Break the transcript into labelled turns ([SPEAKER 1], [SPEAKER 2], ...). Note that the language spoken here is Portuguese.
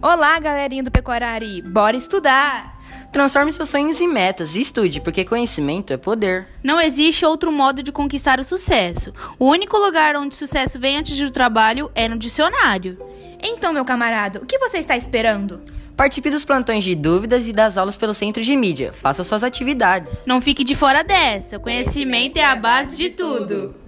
[SPEAKER 1] Olá, galerinha do Pecorari! Bora estudar!
[SPEAKER 2] Transforme seus sonhos em metas e estude, porque conhecimento é poder.
[SPEAKER 3] Não existe outro modo de conquistar o sucesso. O único lugar onde o sucesso vem antes do trabalho é no dicionário.
[SPEAKER 1] Então, meu camarada, o que você está esperando?
[SPEAKER 2] Participe dos plantões de dúvidas e das aulas pelo centro de mídia. Faça suas atividades.
[SPEAKER 3] Não fique de fora dessa. O conhecimento é a base de tudo.